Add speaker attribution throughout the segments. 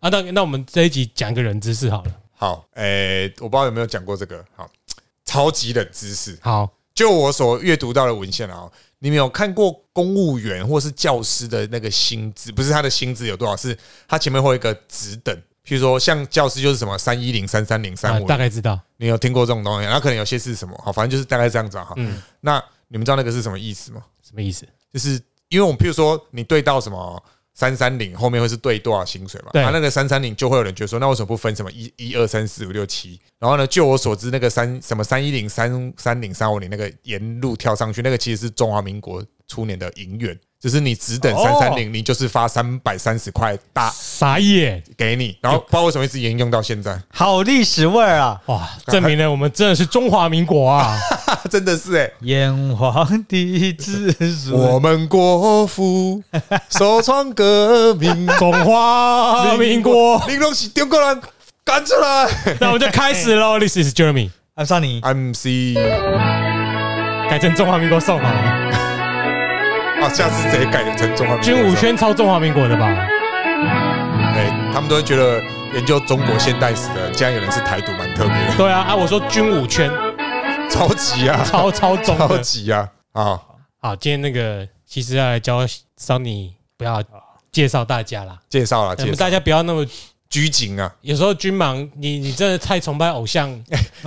Speaker 1: 啊，那那我们这一集讲一个冷知识好了。
Speaker 2: 好，诶、我不知道有没有讲过这个，好，超级冷知识。
Speaker 1: 好，
Speaker 2: 就我所阅读到的文献啊，你们有看过公务员或是教师的那个薪资？不是他的薪资有多少，是他前面会有一个职等。譬如说，像教师就是什么三一零、三三零、
Speaker 1: 啊
Speaker 2: 三五，
Speaker 1: 大概知道。
Speaker 2: 你有听过这种东西？然后可能有些是什么？好，反正就是大概这样子啊哈。
Speaker 1: 嗯
Speaker 2: 那你们知道那个是什么意思吗？
Speaker 1: 什么意思？
Speaker 2: 就是因为我们譬如说你对到什么三三零后面会是对多少薪水嘛？
Speaker 1: 对
Speaker 2: 啊，那个三三零就会有人觉得说，那为什么不分什么一一二三四五六七？然后呢，就我所知，那个三什么三一零三三零三五零那个沿路跳上去，那个其实是中华民国初年的银元。就是你只等
Speaker 1: 哦
Speaker 2: 三三零，你就是发三百三十块大
Speaker 1: 傻眼！
Speaker 2: 给你，然后不知道为什么一直沿用到现在，
Speaker 3: 好历史味儿啊！
Speaker 1: 哇，证明了我们真的是中华民国啊！
Speaker 2: 真的是哎、
Speaker 3: 炎黄帝之啊
Speaker 2: 我
Speaker 3: 属，
Speaker 2: 们国父首创 革命，
Speaker 1: 中 华民国，
Speaker 2: 玲珑起丢过来，赶出来。
Speaker 1: 那我们就开始喽。This is Jeremy，
Speaker 3: 阿桑尼，
Speaker 2: I'm C
Speaker 1: 改成中华民国送好了。
Speaker 2: 啊，下次直接改成中华民国
Speaker 1: 军武
Speaker 2: 是吧，
Speaker 1: 宣超中华民国的吧？
Speaker 2: 哎、他们都会觉得研究中国现代史的，竟然有人是台独，蛮特别的，
Speaker 1: 对啊，啊，我说军武圈
Speaker 2: 超级啊，
Speaker 1: 超超中
Speaker 2: 超
Speaker 1: 的。
Speaker 2: 级啊，啊，
Speaker 1: 好，今天那个其实要来教 Sunny 不要介绍大家啦，
Speaker 2: 介绍
Speaker 3: 哎
Speaker 2: 了，
Speaker 1: 我
Speaker 2: 介
Speaker 1: 们
Speaker 2: 绍
Speaker 1: 大家不要那么
Speaker 2: 拘谨啊，
Speaker 1: 有时候军盲，你你真的太崇拜偶像，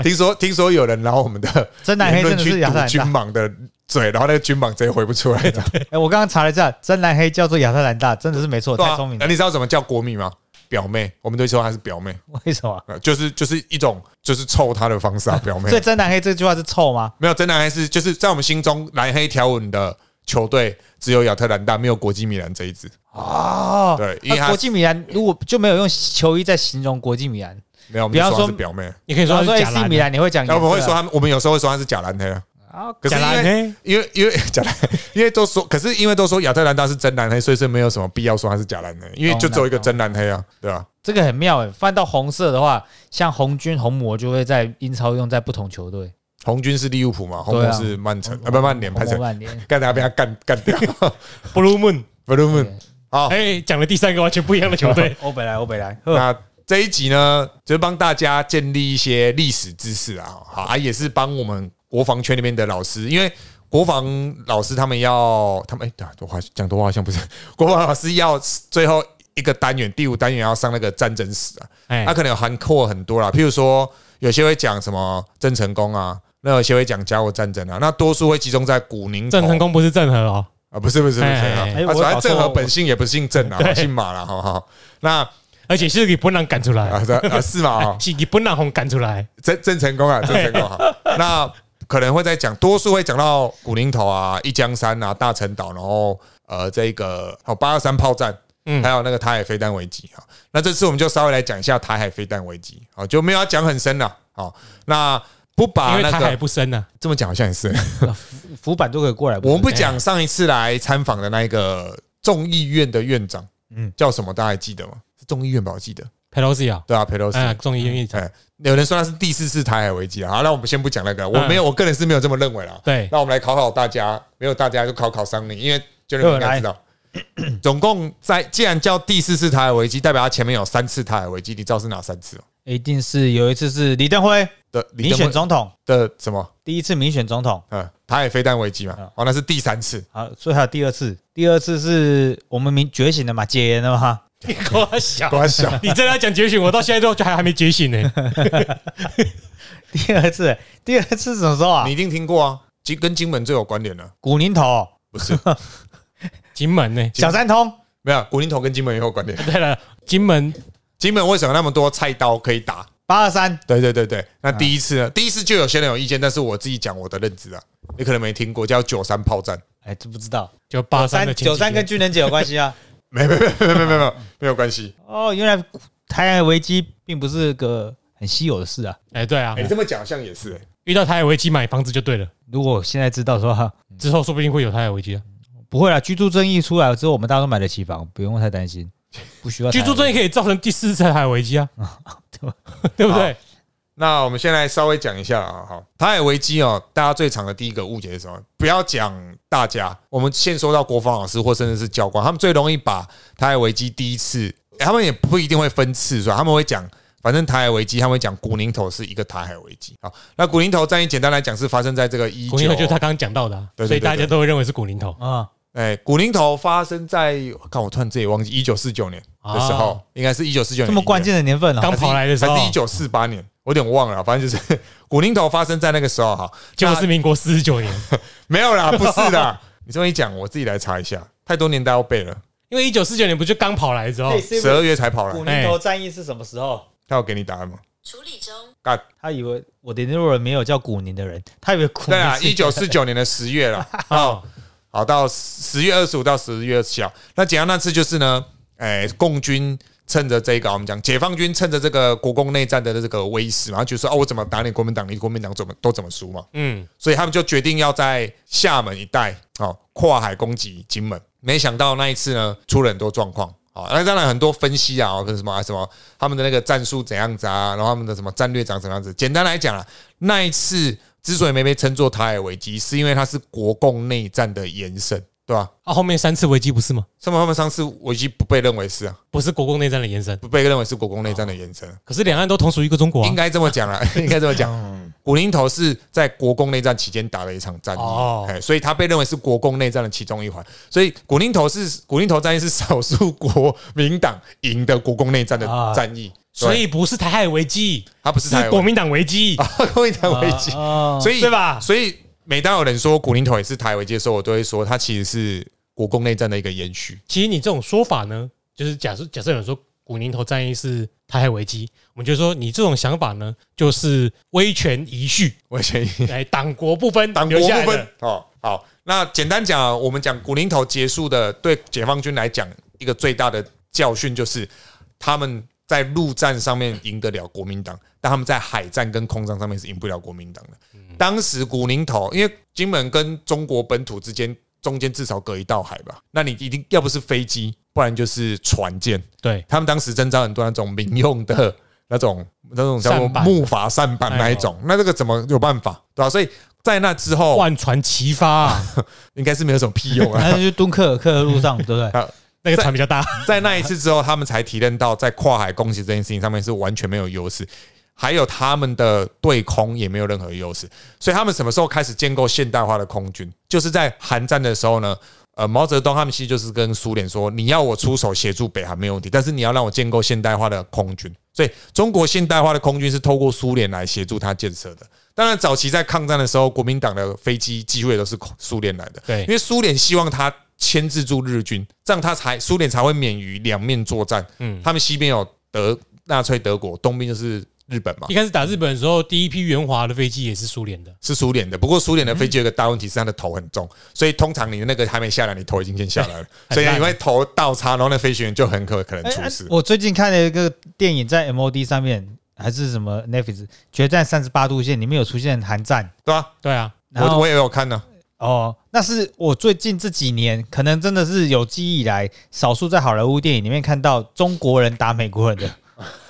Speaker 2: 听说听说有人拿我们 的
Speaker 3: 真蓝黑
Speaker 2: 言论
Speaker 3: 真的是
Speaker 2: 去
Speaker 3: 亚
Speaker 2: 堵
Speaker 3: 特兰
Speaker 2: 军
Speaker 3: 大。
Speaker 2: 莽的嘴，然后那个军莽直接回不出来，对
Speaker 3: 哎、 我刚刚查了一下，真蓝黑叫做亚特兰大，真的是没错，太
Speaker 2: 啊
Speaker 3: 聪明，
Speaker 2: 那
Speaker 3: 了。
Speaker 2: 你知道怎么叫国米吗？表妹，我们都说她是表妹，
Speaker 3: 为什么？
Speaker 2: 呃就是就是一种就是臭她的方式啊，表妹
Speaker 3: 所以。真蓝黑这句话是臭吗？
Speaker 2: 没有，真蓝黑是就是在我们心中蓝黑条纹的球队只有亚特兰大，没有国际米兰这一支。
Speaker 3: 哦，
Speaker 2: 对因为
Speaker 3: 那
Speaker 2: 它
Speaker 3: 国际米兰如果就没有用球衣在形容国际米兰，
Speaker 2: 没有，我们
Speaker 3: 比
Speaker 2: 就
Speaker 3: 方
Speaker 2: 说她
Speaker 3: 说
Speaker 2: 是表妹。
Speaker 1: 你可以
Speaker 3: 比
Speaker 1: 说
Speaker 3: 方
Speaker 1: 他
Speaker 3: 说
Speaker 1: 是假
Speaker 3: AC
Speaker 1: 蓝
Speaker 3: 米
Speaker 1: 的，
Speaker 3: 兰，你会讲颜
Speaker 2: 那
Speaker 3: 色啊，
Speaker 2: 我们会说他们，我们有时候会说他是假蓝黑啊，
Speaker 3: 啊，
Speaker 2: 可是
Speaker 1: 假
Speaker 2: 因
Speaker 1: 蓝
Speaker 2: 为
Speaker 1: 黑，
Speaker 2: 因为因 为假蓝，因为都说，可是因为都说亚特兰大是真蓝黑，所以是没有什么必要说他是假蓝黑，因为就只有一个真蓝黑啊，对啊，
Speaker 3: 这个很妙诶。翻到红色的话，像红军、红魔就会在英超用在不同球队，
Speaker 2: 红军是利物浦嘛，红
Speaker 3: 对
Speaker 2: 魔
Speaker 3: 啊
Speaker 2: 是曼城啊，不曼联，
Speaker 3: 红
Speaker 2: 拍
Speaker 3: 魔
Speaker 2: 成
Speaker 3: 曼联。
Speaker 2: 干等下被他干干 掉。
Speaker 1: Blue Moon，
Speaker 2: Blue Moon，
Speaker 3: 对，
Speaker 2: 好，
Speaker 1: 哎，讲了第三个完全不一样的球
Speaker 2: 哦
Speaker 1: 队
Speaker 3: 欧北来，欧北来，呵
Speaker 2: 那这一集呢，就是帮大家建立一些历史知识啊，好啊，也是帮我们国防圈里面的老师，因为。国防老师他们要，他们哎，对啊，我好像讲多话好像不是。 国防老师要最后一个单元，第五单元要上那个战争史啊，
Speaker 1: 哎
Speaker 2: 他，可能有涵括很多啦，譬如说有些会讲什么郑成功啊，那有些会讲甲午战争啊，那多数会集中在古宁头
Speaker 1: 郑成功不是郑和哦，
Speaker 2: 啊，不是不是不是
Speaker 1: 哎
Speaker 2: 啊，
Speaker 1: 哎
Speaker 3: 哎
Speaker 2: 啊
Speaker 3: 我
Speaker 2: 反
Speaker 3: 搞
Speaker 2: 正
Speaker 3: 错
Speaker 2: 郑和
Speaker 3: 了
Speaker 2: 本姓也不姓郑啊，姓马啦，好好。那
Speaker 1: 而且是给本人赶出来
Speaker 2: 啊，是啊是嘛啊，
Speaker 1: 是给本人红赶出来，
Speaker 2: 郑郑成功啊，郑成功好， 那可能会在讲，多数会讲到古宁头啊、一江山啊、大陈岛，然后呃，这个哦八二三炮战，
Speaker 1: 嗯
Speaker 2: 还有那个台海飞弹危机啊。那这次我们就稍微来讲一下台海飞弹危机啊，就没有要讲很深了。好，那不把
Speaker 1: 因为
Speaker 2: 啊那
Speaker 1: 台海嗯
Speaker 2: 个
Speaker 1: 不啊深呐，
Speaker 2: 这么讲好像也是，
Speaker 3: 浮板都可以过来。
Speaker 2: 我们不
Speaker 1: 啊
Speaker 2: 讲上一次来参访的那个众议院的院长，嗯
Speaker 3: 嗯，
Speaker 2: 叫什么？大家还记得吗？是众议院吧？我记得，
Speaker 1: Pelosi 啊，
Speaker 2: 对啊，佩洛西。
Speaker 1: 哎，众议院议长，
Speaker 2: 哎，有人说那是第四次台海危机啊。好，那我们先不讲那个，
Speaker 1: 嗯
Speaker 2: 我没有，我个人是没有这么认为啦。
Speaker 1: 对，
Speaker 2: 那我们来考考大家，没有大家就考考桑尼，因为就你应该知道，总共在既然叫第四次台海危机，代表它前面有三次台海危机，你知道是哪三次哦？
Speaker 3: 一定是有一次是李登辉
Speaker 2: 的李
Speaker 3: 民
Speaker 2: 登
Speaker 3: 选
Speaker 2: 辉
Speaker 3: 总统，
Speaker 2: 的什么？
Speaker 3: 第一次民选总统，
Speaker 2: 嗯，台海飞弹危机嘛
Speaker 3: 嗯，
Speaker 2: 哦，那是第三次。
Speaker 3: 好，所以还有第二次，第二次是我们民觉醒了嘛，解严了嘛，
Speaker 1: 你给我想，
Speaker 2: 我想，
Speaker 3: 啊
Speaker 1: 你真的要讲觉醒，我到现在都还还没觉醒 呢。
Speaker 3: 第二次，第二次什么时候啊
Speaker 2: 你一？定听过啊，金跟金门最有关联的，
Speaker 3: 古宁头、
Speaker 2: 不是？
Speaker 1: 金门呢？
Speaker 3: 小三通，
Speaker 2: 没有，古宁头跟金门也有关联。
Speaker 1: 对了，金门
Speaker 2: 金门为什么那么多菜刀可以打？
Speaker 3: 八二三，
Speaker 2: 对对对对，那第一次呢？第一次就有些人有意见，但是我自己讲我的认知啊，你可能没听过，叫九三炮战，
Speaker 3: 哎，这不知道，
Speaker 1: 就八三的前几天
Speaker 3: 九三跟军人节有关系啊？
Speaker 2: 没没没没没没没有没有关系。
Speaker 3: 哦，原来台海危机并不是个很稀有的事啊。
Speaker 1: 哎，对啊
Speaker 2: 哎，，你这么讲好像也是，哎
Speaker 1: 遇到台海危机买房子就对了，
Speaker 3: 如果我现在知道的话，
Speaker 2: 嗯
Speaker 1: 之后说不定会有台海危机啊。
Speaker 3: 不会啦，居住正义出来之后，我们大家都买得起房，不用太担心，不需要
Speaker 1: 居住证
Speaker 3: 义。
Speaker 1: 也可以造成第四次台海危机 啊，
Speaker 3: 对吧
Speaker 1: 对不
Speaker 2: 啊
Speaker 1: 对？
Speaker 2: 那我们先来稍微讲一下啊，好，台海危机哦，大家最常的第一个误解是什么？不要讲大家，我们先说到国防老师或甚至是教官，他们最容易把台海危机第一次欸他们也不一定会分次数，他们会讲，反正台海危机，他们会讲古宁头是一个台海危机。好，那古宁头战役简单来讲是发生在这个一
Speaker 1: 古灵
Speaker 2: 九
Speaker 1: 头，就是他刚刚讲到的啊，
Speaker 2: 对对对
Speaker 1: 所以大家都会认为是古灵头
Speaker 3: 啊，
Speaker 2: 哎，古宁头发生在，看我突然自己忘记一九四九年的时候，
Speaker 1: 啊
Speaker 2: 应该是一九四九年
Speaker 3: 这么关键的年份啊，
Speaker 1: 刚跑来的时候
Speaker 2: 还是一九四八年，我有点忘了，反正就是 古宁头发生在那个时候哈，
Speaker 1: 结
Speaker 2: 那
Speaker 1: 果是民国四十九年，
Speaker 2: 没有啦，不是啦， 你这么一讲，我自己来查一下，太多年代要背了，
Speaker 1: 因为一九四九年不就刚跑来
Speaker 3: 哦
Speaker 1: 之后，
Speaker 2: 十二月才跑来，
Speaker 1: 哎
Speaker 3: 战役是什么时候？
Speaker 2: 他有给你答案吗？
Speaker 4: 处理中，
Speaker 2: 干，
Speaker 3: 他以为我的路人没有叫古宁的人，他以为古宁
Speaker 2: 对啊，
Speaker 3: 是
Speaker 2: 一九四九年的十月 啦。
Speaker 1: 哦，
Speaker 2: 好，到十月二十五到十月二十七号。那解放那次就是呢，哎、共军趁着这个，我们讲解放军趁着这个国共内战的这个威势嘛，然后就说哦，我怎么打你国民党，你国民党怎么都怎么输嘛，
Speaker 1: 嗯，
Speaker 2: 所以他们就决定要在厦门一带哦跨海攻击金门。没想到那一次呢，出了很多状况。好，那当然很多分析啊，哦跟什么啊什么他们的那个战术怎样子啊，然后他们的什么战略长怎么样子。简单来讲啊，那一次之所以没被称作台海危机，是因为它是国共内战的延伸，对吧？
Speaker 1: 啊，后面三次危机不是吗？
Speaker 2: 上面他们上次危机不被认为是啊，
Speaker 1: 不是国共内战的延伸，
Speaker 2: 不被认为是国共内战的延伸，
Speaker 1: 可是两岸都同属一个中国啊
Speaker 2: 应。该这么 讲啦，应该这么讲。
Speaker 1: 哦
Speaker 2: 古宁头是在国共内战期间打的一场战役，
Speaker 1: 哦
Speaker 2: 哎，所以他被认为是国共内战的其中一环。所以古宁头是古宁头战役是少数国民党赢得国共内战的
Speaker 3: 啊
Speaker 2: 战役，
Speaker 1: 所
Speaker 2: 对
Speaker 1: 以不是台海危机，
Speaker 2: 他不是
Speaker 1: 是
Speaker 2: 台湾 啊
Speaker 1: 国民党危机，
Speaker 2: 国民党危机，
Speaker 3: 啊
Speaker 2: 所以
Speaker 1: 对吧
Speaker 2: 所以每当有人说古宁头也是台危机的时候，我都会说它其实是国共内战的一个延续。
Speaker 1: 其实你这种说法呢，就是假设假设有人说古宁头战役是台海危机，我们就说你这种想法呢，就是威权遗绪，
Speaker 2: 我建议
Speaker 1: 哎，党国不分，
Speaker 2: 党国
Speaker 1: 留
Speaker 2: 不
Speaker 1: 下来的
Speaker 2: 分哦。好，那简单讲啊，我们讲古宁头结束的，对解放军来讲，一个最大的教训就是他们在陆战上面赢得了国民党，但他们在海战跟空战上面是赢不了国民党的。
Speaker 1: 嗯
Speaker 2: 当时古宁头，因为金门跟中国本土之间中间至少隔一道海吧，那你一定要不是飞机，不然就是船舰。
Speaker 1: 对，
Speaker 2: 他们当时征召很多那种民用的那种那种叫做
Speaker 1: 扇板
Speaker 2: 木筏扇板那一种，那这个怎么有办法，对吧、啊所以在那之后，
Speaker 1: 万船齐发啊，
Speaker 2: 应该是没有什么屁用啊。
Speaker 3: 那就敦刻尔克的路上，对不 对？
Speaker 1: 那个船比较大，
Speaker 2: 在那一次之后，他们才体认到在跨海攻击这件事情上面是完全没有优势，还有他们的对空也没有任何优势。所以他们什么时候开始建构现代化的空军？就是在韩战的时候呢。呃，毛泽东他们其实就是跟苏联说，你要我出手协助北韩没有问题，但是你要让我建构现代化的空军。所以中国现代化的空军是透过苏联来协助他建设的。当然，早期在抗战的时候，国民党的飞机机会都是苏联来的，
Speaker 1: 对
Speaker 2: 因为苏联希望他牵制住日军，这样他才苏联才会免于两面作战。嗯，他们西边有德纳粹德国，东边就是日本嘛
Speaker 1: 一，开始打日本的时候，第一批援华的飞机也是苏联的，
Speaker 2: 是苏联的。不过苏联的飞机有个大问题是它的头很重，所以通常你的那个还没下来，你头已经先下来了，
Speaker 1: 很
Speaker 2: 所以
Speaker 1: 烂
Speaker 2: 你会头倒插，然后那飞行员就很可可能
Speaker 3: 哎
Speaker 2: 出
Speaker 3: 哎
Speaker 2: 事。
Speaker 3: 我最近看了一个电影，在 MOD 上面还是什么 Netflix《决战三十八度线》里面有出现韩战
Speaker 2: 对啊，
Speaker 1: 对啊，
Speaker 3: 然后
Speaker 2: 我我也有看呢、
Speaker 3: 哦，那是我最近这几年可能真的是有记忆以来少数在好莱坞电影里面看到中国人打美国人的，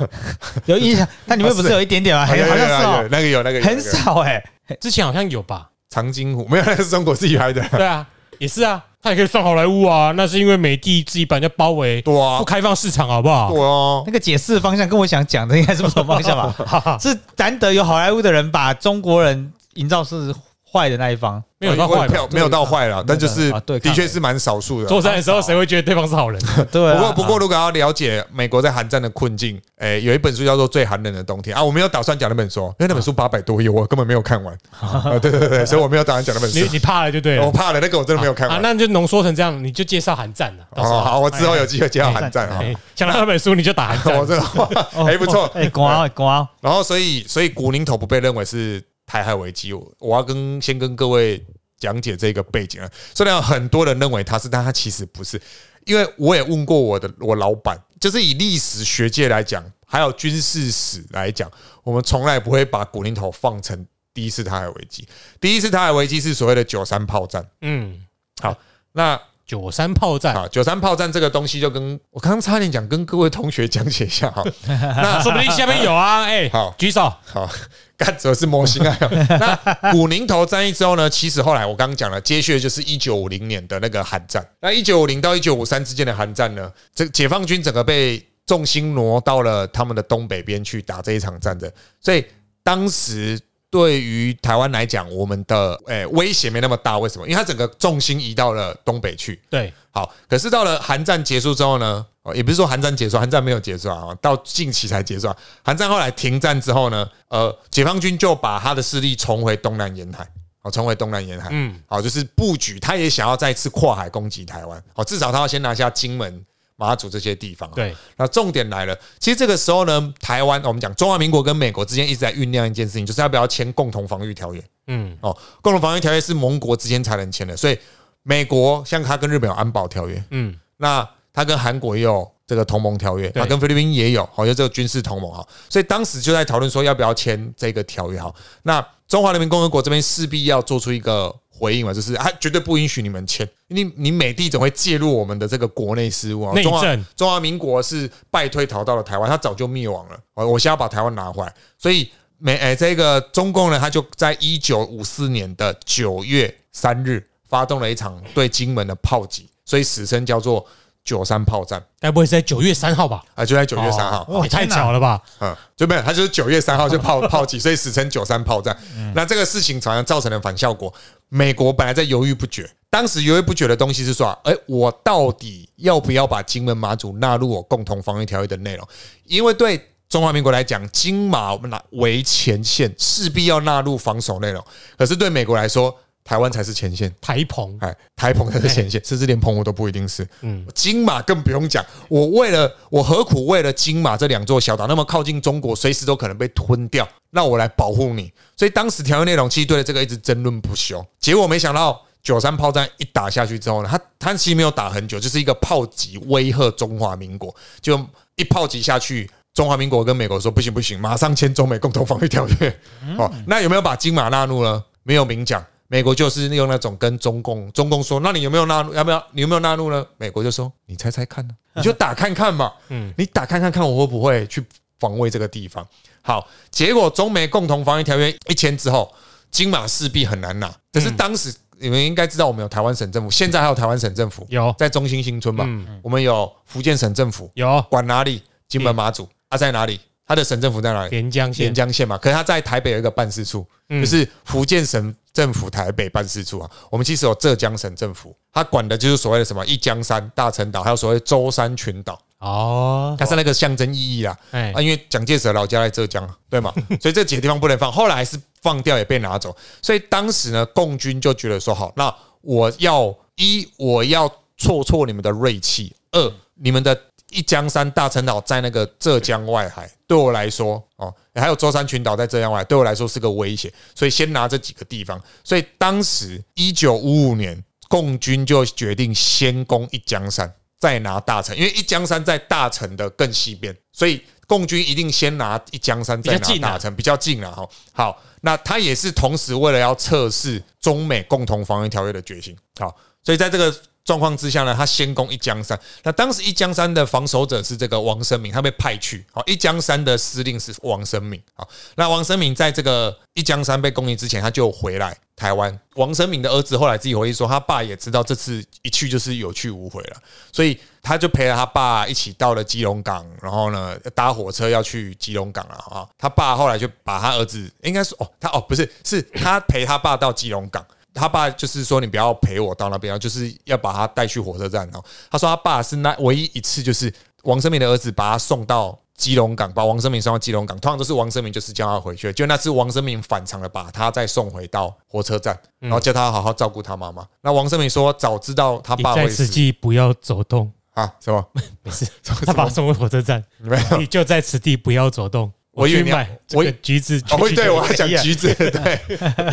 Speaker 3: 有印象？但里面不是有一点点吗？
Speaker 2: 啊，
Speaker 3: 好
Speaker 2: 有有
Speaker 3: 像
Speaker 2: 有
Speaker 3: 是
Speaker 2: 有
Speaker 3: 哦，
Speaker 2: 那个有那个有那
Speaker 3: 很
Speaker 2: 个
Speaker 3: 少哎。
Speaker 1: 之前好像有吧，
Speaker 2: 长津湖没有，那是中国自己拍的。
Speaker 1: 对啊，也是啊，他也可以上好莱坞啊，那是因为美帝自己把人家包围，
Speaker 2: 对啊
Speaker 1: 不，开放市场，好不好
Speaker 2: 对？哦，
Speaker 3: 那个解释方向跟我想讲的应该是不同方向吧？
Speaker 1: 哈哈，
Speaker 3: 是难得有好莱坞的人把中国人营造是坏的那一方，
Speaker 1: 没有到坏吧
Speaker 2: 没有没有到坏了，但就是
Speaker 3: 啊对
Speaker 2: 的
Speaker 3: 看
Speaker 2: 确是蛮少数的。
Speaker 1: 作战的时候，谁会觉得对方是 好人？
Speaker 3: 对、啊。
Speaker 2: 不过，不过，如果要了解美国在韩战的困境，诶、有一本书叫做《最寒冷的冬天》啊，我没有打算讲那本书，因为
Speaker 1: 啊
Speaker 2: 那本书八百多页，我根本没 有看完。啊，对对对对，所以我没有打算讲那本
Speaker 1: 你
Speaker 2: 书。
Speaker 1: 你怕了就对了
Speaker 2: 我。怕了，那个我哦真的没有看
Speaker 1: 啊，
Speaker 2: 完。
Speaker 1: 那就浓缩成这样，你就介绍韩战了。啊到
Speaker 2: 哦，
Speaker 1: 时候
Speaker 2: 好，我之后有机会介绍韩战啊。
Speaker 1: 哎想到那本书，你就打韩
Speaker 2: 我
Speaker 1: 战。
Speaker 2: 这
Speaker 3: 哦
Speaker 2: 还不错。
Speaker 3: 哎，光光
Speaker 2: 然后，所以所以古宁头不被认为是台海危机，我我要跟先跟各位讲解这个背景啊。虽然有很多人认为他是，但他其实不是，因为我也问过我的我老板，就是以历史学界来讲，还有军事史来讲，我们从来不会把古宁头放成第一次台海危机。第一次台海危机是所谓的九三炮战。
Speaker 1: 嗯，
Speaker 2: 好，那
Speaker 1: 九三炮战，
Speaker 2: 好，九三炮战这个东西就跟我刚刚差点讲，跟各位同学讲解一下哈。那
Speaker 1: 说不定下面有 啊。哎，
Speaker 2: 好
Speaker 1: 举手。
Speaker 2: 好，干则是摸心啊。那古宁头战役之后呢，其实后来我刚刚讲了，接续的就是一九五零年的那个韩战。那一九五零到一九五三之间的韩战呢，这解放军整个被重心挪到了他们的东北边去打这一场战争，所以当时。对于台湾来讲，我们的诶、威胁没那么大，为什么？因为它整个重心移到了东北去，
Speaker 1: 对，
Speaker 2: 好，可是到了韩战结束之后呢，哦，也不是说韩战结束，韩战没有结束啊，到近期才结束啊。韩战后来停战之后呢，呃，解放军就把他的势力重回东南沿海，好，重回东南沿海，
Speaker 1: 嗯，
Speaker 2: 好，就是布局，他也想要再次跨海攻击台湾，好，至少他要先拿下金门、马祖这些地方，啊
Speaker 1: 对，
Speaker 2: 那重点来了，其实这个时候呢，台湾我们讲中华民国跟美国之间一直在酝酿一件事情，就是要不要签共同防御条约。
Speaker 1: 嗯，
Speaker 2: 哦，共同防御条约是盟国之间才能签的，所以美国像他跟日本有安保条约，
Speaker 1: 嗯，
Speaker 2: 那他跟韩国也有这个同盟条约，
Speaker 1: 对
Speaker 2: 他跟菲律宾也有，好、有这个军事同盟哈，所以当时就在讨论说要不要签这个条约哈。那中华人民共和国这边势必要做出一个回应嘛，就是啊，绝对不允许你们签，你你美帝总会介入我们的这个国内事务啊。
Speaker 1: 内
Speaker 2: 中华
Speaker 1: 政
Speaker 2: 中华民国是败退逃到了台湾，他早就灭亡了。我我现在要把台湾拿回来，所以美诶、这个中共呢，他就在一九五四年的九月三日发动了一场对金门的炮击，所以史称叫做九三炮战
Speaker 1: 该不会是在九月三号吧？
Speaker 2: 啊、就在九月三号。
Speaker 1: 哇，
Speaker 3: 哇
Speaker 1: 也太
Speaker 3: 天哪
Speaker 1: 巧了吧？
Speaker 2: 嗯，就没有，他就是九月三号就炮炮击，所以史称九三炮战。那这个事情常常造成了反效果。美国本来在犹豫不决，当时犹豫不决的东西是说啊，哎、我到底要不要把金门、马祖纳入我共同防御条约的内容？因为对中华民国来讲，金马为前线，势必要纳入防守内容。可是对美国来说，台湾才是前线。
Speaker 1: 台澎，
Speaker 2: 哎，台澎才是前线，甚至连澎湖都不一定是。
Speaker 1: 嗯
Speaker 2: 嗯，金马更不用讲，我为了我何苦为了金马这两座小岛那么靠近中国，随时都可能被吞掉，那我来保护你。所以当时条约内容其实对了这个一直争论不休，结果没想到。九三炮战一打下去之后呢，他他其实没有打很久，就是一个炮击威吓中华民国，就一炮击下去，中华民国跟美国说不行不行，马上签中美共同防御条约。哦，那有没有把金马纳入呢？没有明讲，美国就是用那种跟中共，中共说，那你有没有纳入？要不要？你有没有纳入呢？美国就说，你猜猜看呢、你就打看看嘛，
Speaker 1: 嗯
Speaker 2: 嗯，你打看看看我会不会去防卫这个地方。好，结果中美共同防御条约一签之后，金马势必很难拿。可是当时你们应该知道，我们有台湾省政府，现在还有台湾省政府
Speaker 1: 有
Speaker 2: 在中心新村吧？我们有福建省政府，
Speaker 1: 有
Speaker 2: 管哪里？金门马祖，它、在哪里？它的省政府在哪里？
Speaker 1: 连嗯江县
Speaker 2: 连，江县嘛，可是他在台北有一个办事处，
Speaker 1: 嗯
Speaker 2: 就是福建省政府台北办事处啊。我们其实有浙江省政府，他管的就是所谓的什么一江山、大陈岛，还有所谓舟山群岛，
Speaker 1: 哦，
Speaker 2: 它是那个象征意义啦。
Speaker 1: 哎
Speaker 2: 啊，，因为蒋介石的老家在浙江，对 嘛，所以这几个地方不能放。后来是放掉也被拿走，所以当时呢，共军就觉得说，好，那我要一我要挫挫你们的锐气，二你们的一江山大陈岛在那个浙江外海，对我来说哦，还有舟山群岛在浙江外海，对我来说是个威胁，所以先拿这几个地方。所以当时一九五五年，共军就决定先攻一江山。再拿大城，因为一江山在大城的更西边，所以共军一定先拿一江山，再
Speaker 1: 比较
Speaker 2: 拿
Speaker 1: 近啊
Speaker 2: 大城，比较近了哈。好，那他也是同时为了要测试中美共同防御条约的决心。好，所以在这个状况之下呢，他先攻一江山。那当时一江山的防守者是这个王生明，他被派去。好，一江山的司令是王生明。好，那王生明在这个一江山被攻击之前，他就回来台湾。王生明的儿子后来自己回忆说，他爸也知道这次一去就是有去无回了，所以他就陪着他爸一起到了基隆港，然后呢搭火车要去基隆港了啊。他爸后来就把他儿子，应该是哦，他哦不是，是他陪他爸到基隆港。他爸就是说你不要陪我到那边，就是要把他带去火车站哦。他说他爸是那唯一一次，就是王生明的儿子把他送到基隆港，把王生明送到基隆港，通常都是王生明就是叫他回去，就那次王生明反常的把他再送回到火车站，然后叫他好好照顾他妈妈。那王生明说早知道他
Speaker 1: 你
Speaker 2: 爸
Speaker 1: 在
Speaker 2: 会
Speaker 1: 此
Speaker 2: 死
Speaker 1: 地不要走 动，
Speaker 2: 啊，什么？
Speaker 1: 没事， 他把他送回火车站，
Speaker 2: 没有
Speaker 1: 你就在此地不要走动。
Speaker 2: 我以为
Speaker 1: 去
Speaker 2: 你要
Speaker 1: 买这个
Speaker 2: 我以
Speaker 1: 橘子，
Speaker 2: 哦，
Speaker 1: 橘子哎
Speaker 2: 对，我还
Speaker 1: 给
Speaker 2: 讲
Speaker 1: 你
Speaker 2: 橘子，对，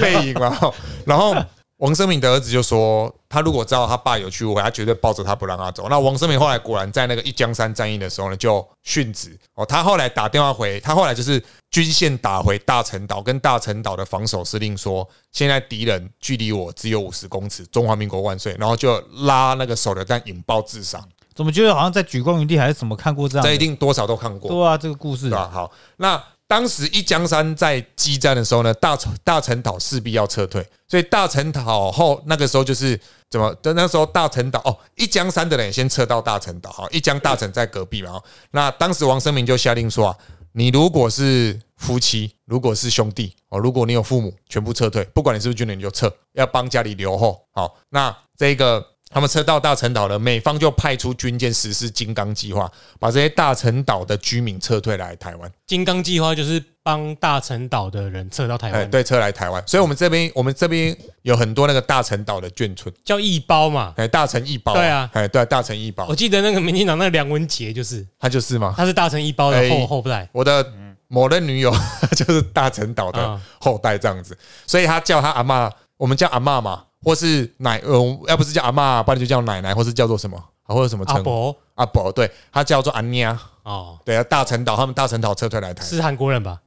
Speaker 2: 背影嘛。哦然后王生明的儿子就说，他如果知道他爸有去误会，他绝对抱着他不让他走。那王生明后来果然在那个一江山战役的时候呢，就殉职。哦，他后来打电话回，他后来就是军线打回大陈岛，跟大陈岛的防守司令说，现在敌人距离我只有五十公尺，中华民国万岁。然后就拉那个手榴弹引爆自杀，啊
Speaker 3: 怎么觉得好像在举光云地还是怎么看过这样的？
Speaker 2: 这一定多少都看过。
Speaker 3: 对啊，这个故事
Speaker 2: 对吧、好，那当时一江山在激战的时候呢，大陈大陈岛势必要撤退，所以大陈岛后那个时候就是怎么？但那时候大陈岛哦，一江山的人先撤到大陈岛哈，一江大陈在隔壁嘛。哦那当时王生明就下令说啊，你如果是夫妻，如果是兄弟哦，如果你有父母，全部撤退，不管你是不是军人，你就撤，要帮家里留后。好，那这个他们撤到大陈岛了，美方就派出军舰实施金刚计划，把这些大陈岛的居民撤退来台湾。
Speaker 1: 金刚计划就是帮大陈岛的人撤到台
Speaker 2: 哎，
Speaker 1: 湾，
Speaker 2: 对，撤来台湾，所以我们这边我们这边有很多那个大陈岛的眷村，
Speaker 1: 叫义包嘛。
Speaker 2: 哎，大陈一包，
Speaker 1: 对啊
Speaker 2: 哎，对，大陈一包
Speaker 1: 我，嗯记得那个民进党那个梁文杰就是，
Speaker 2: 他就是吗？
Speaker 1: 他是大成一包的
Speaker 2: 哎
Speaker 1: 后后代，
Speaker 2: 我的某任女友 就是大陈岛的
Speaker 1: 啊
Speaker 2: 后代这样子，所以他叫他阿嬷，我们叫阿嬷嘛，或是奶，呃，要不是叫阿嬷，不然就叫奶奶，或是叫做什么，啊或者什么
Speaker 1: 阿
Speaker 2: 称呼？
Speaker 1: 伯
Speaker 2: 阿伯，对，他叫做阿娘，
Speaker 1: 哦，
Speaker 2: 对啊，大陈岛，他们大陈岛撤退来台湾，
Speaker 1: 是啊韩国人 吧？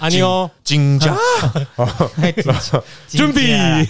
Speaker 1: 阿妞
Speaker 2: 金家
Speaker 1: 准备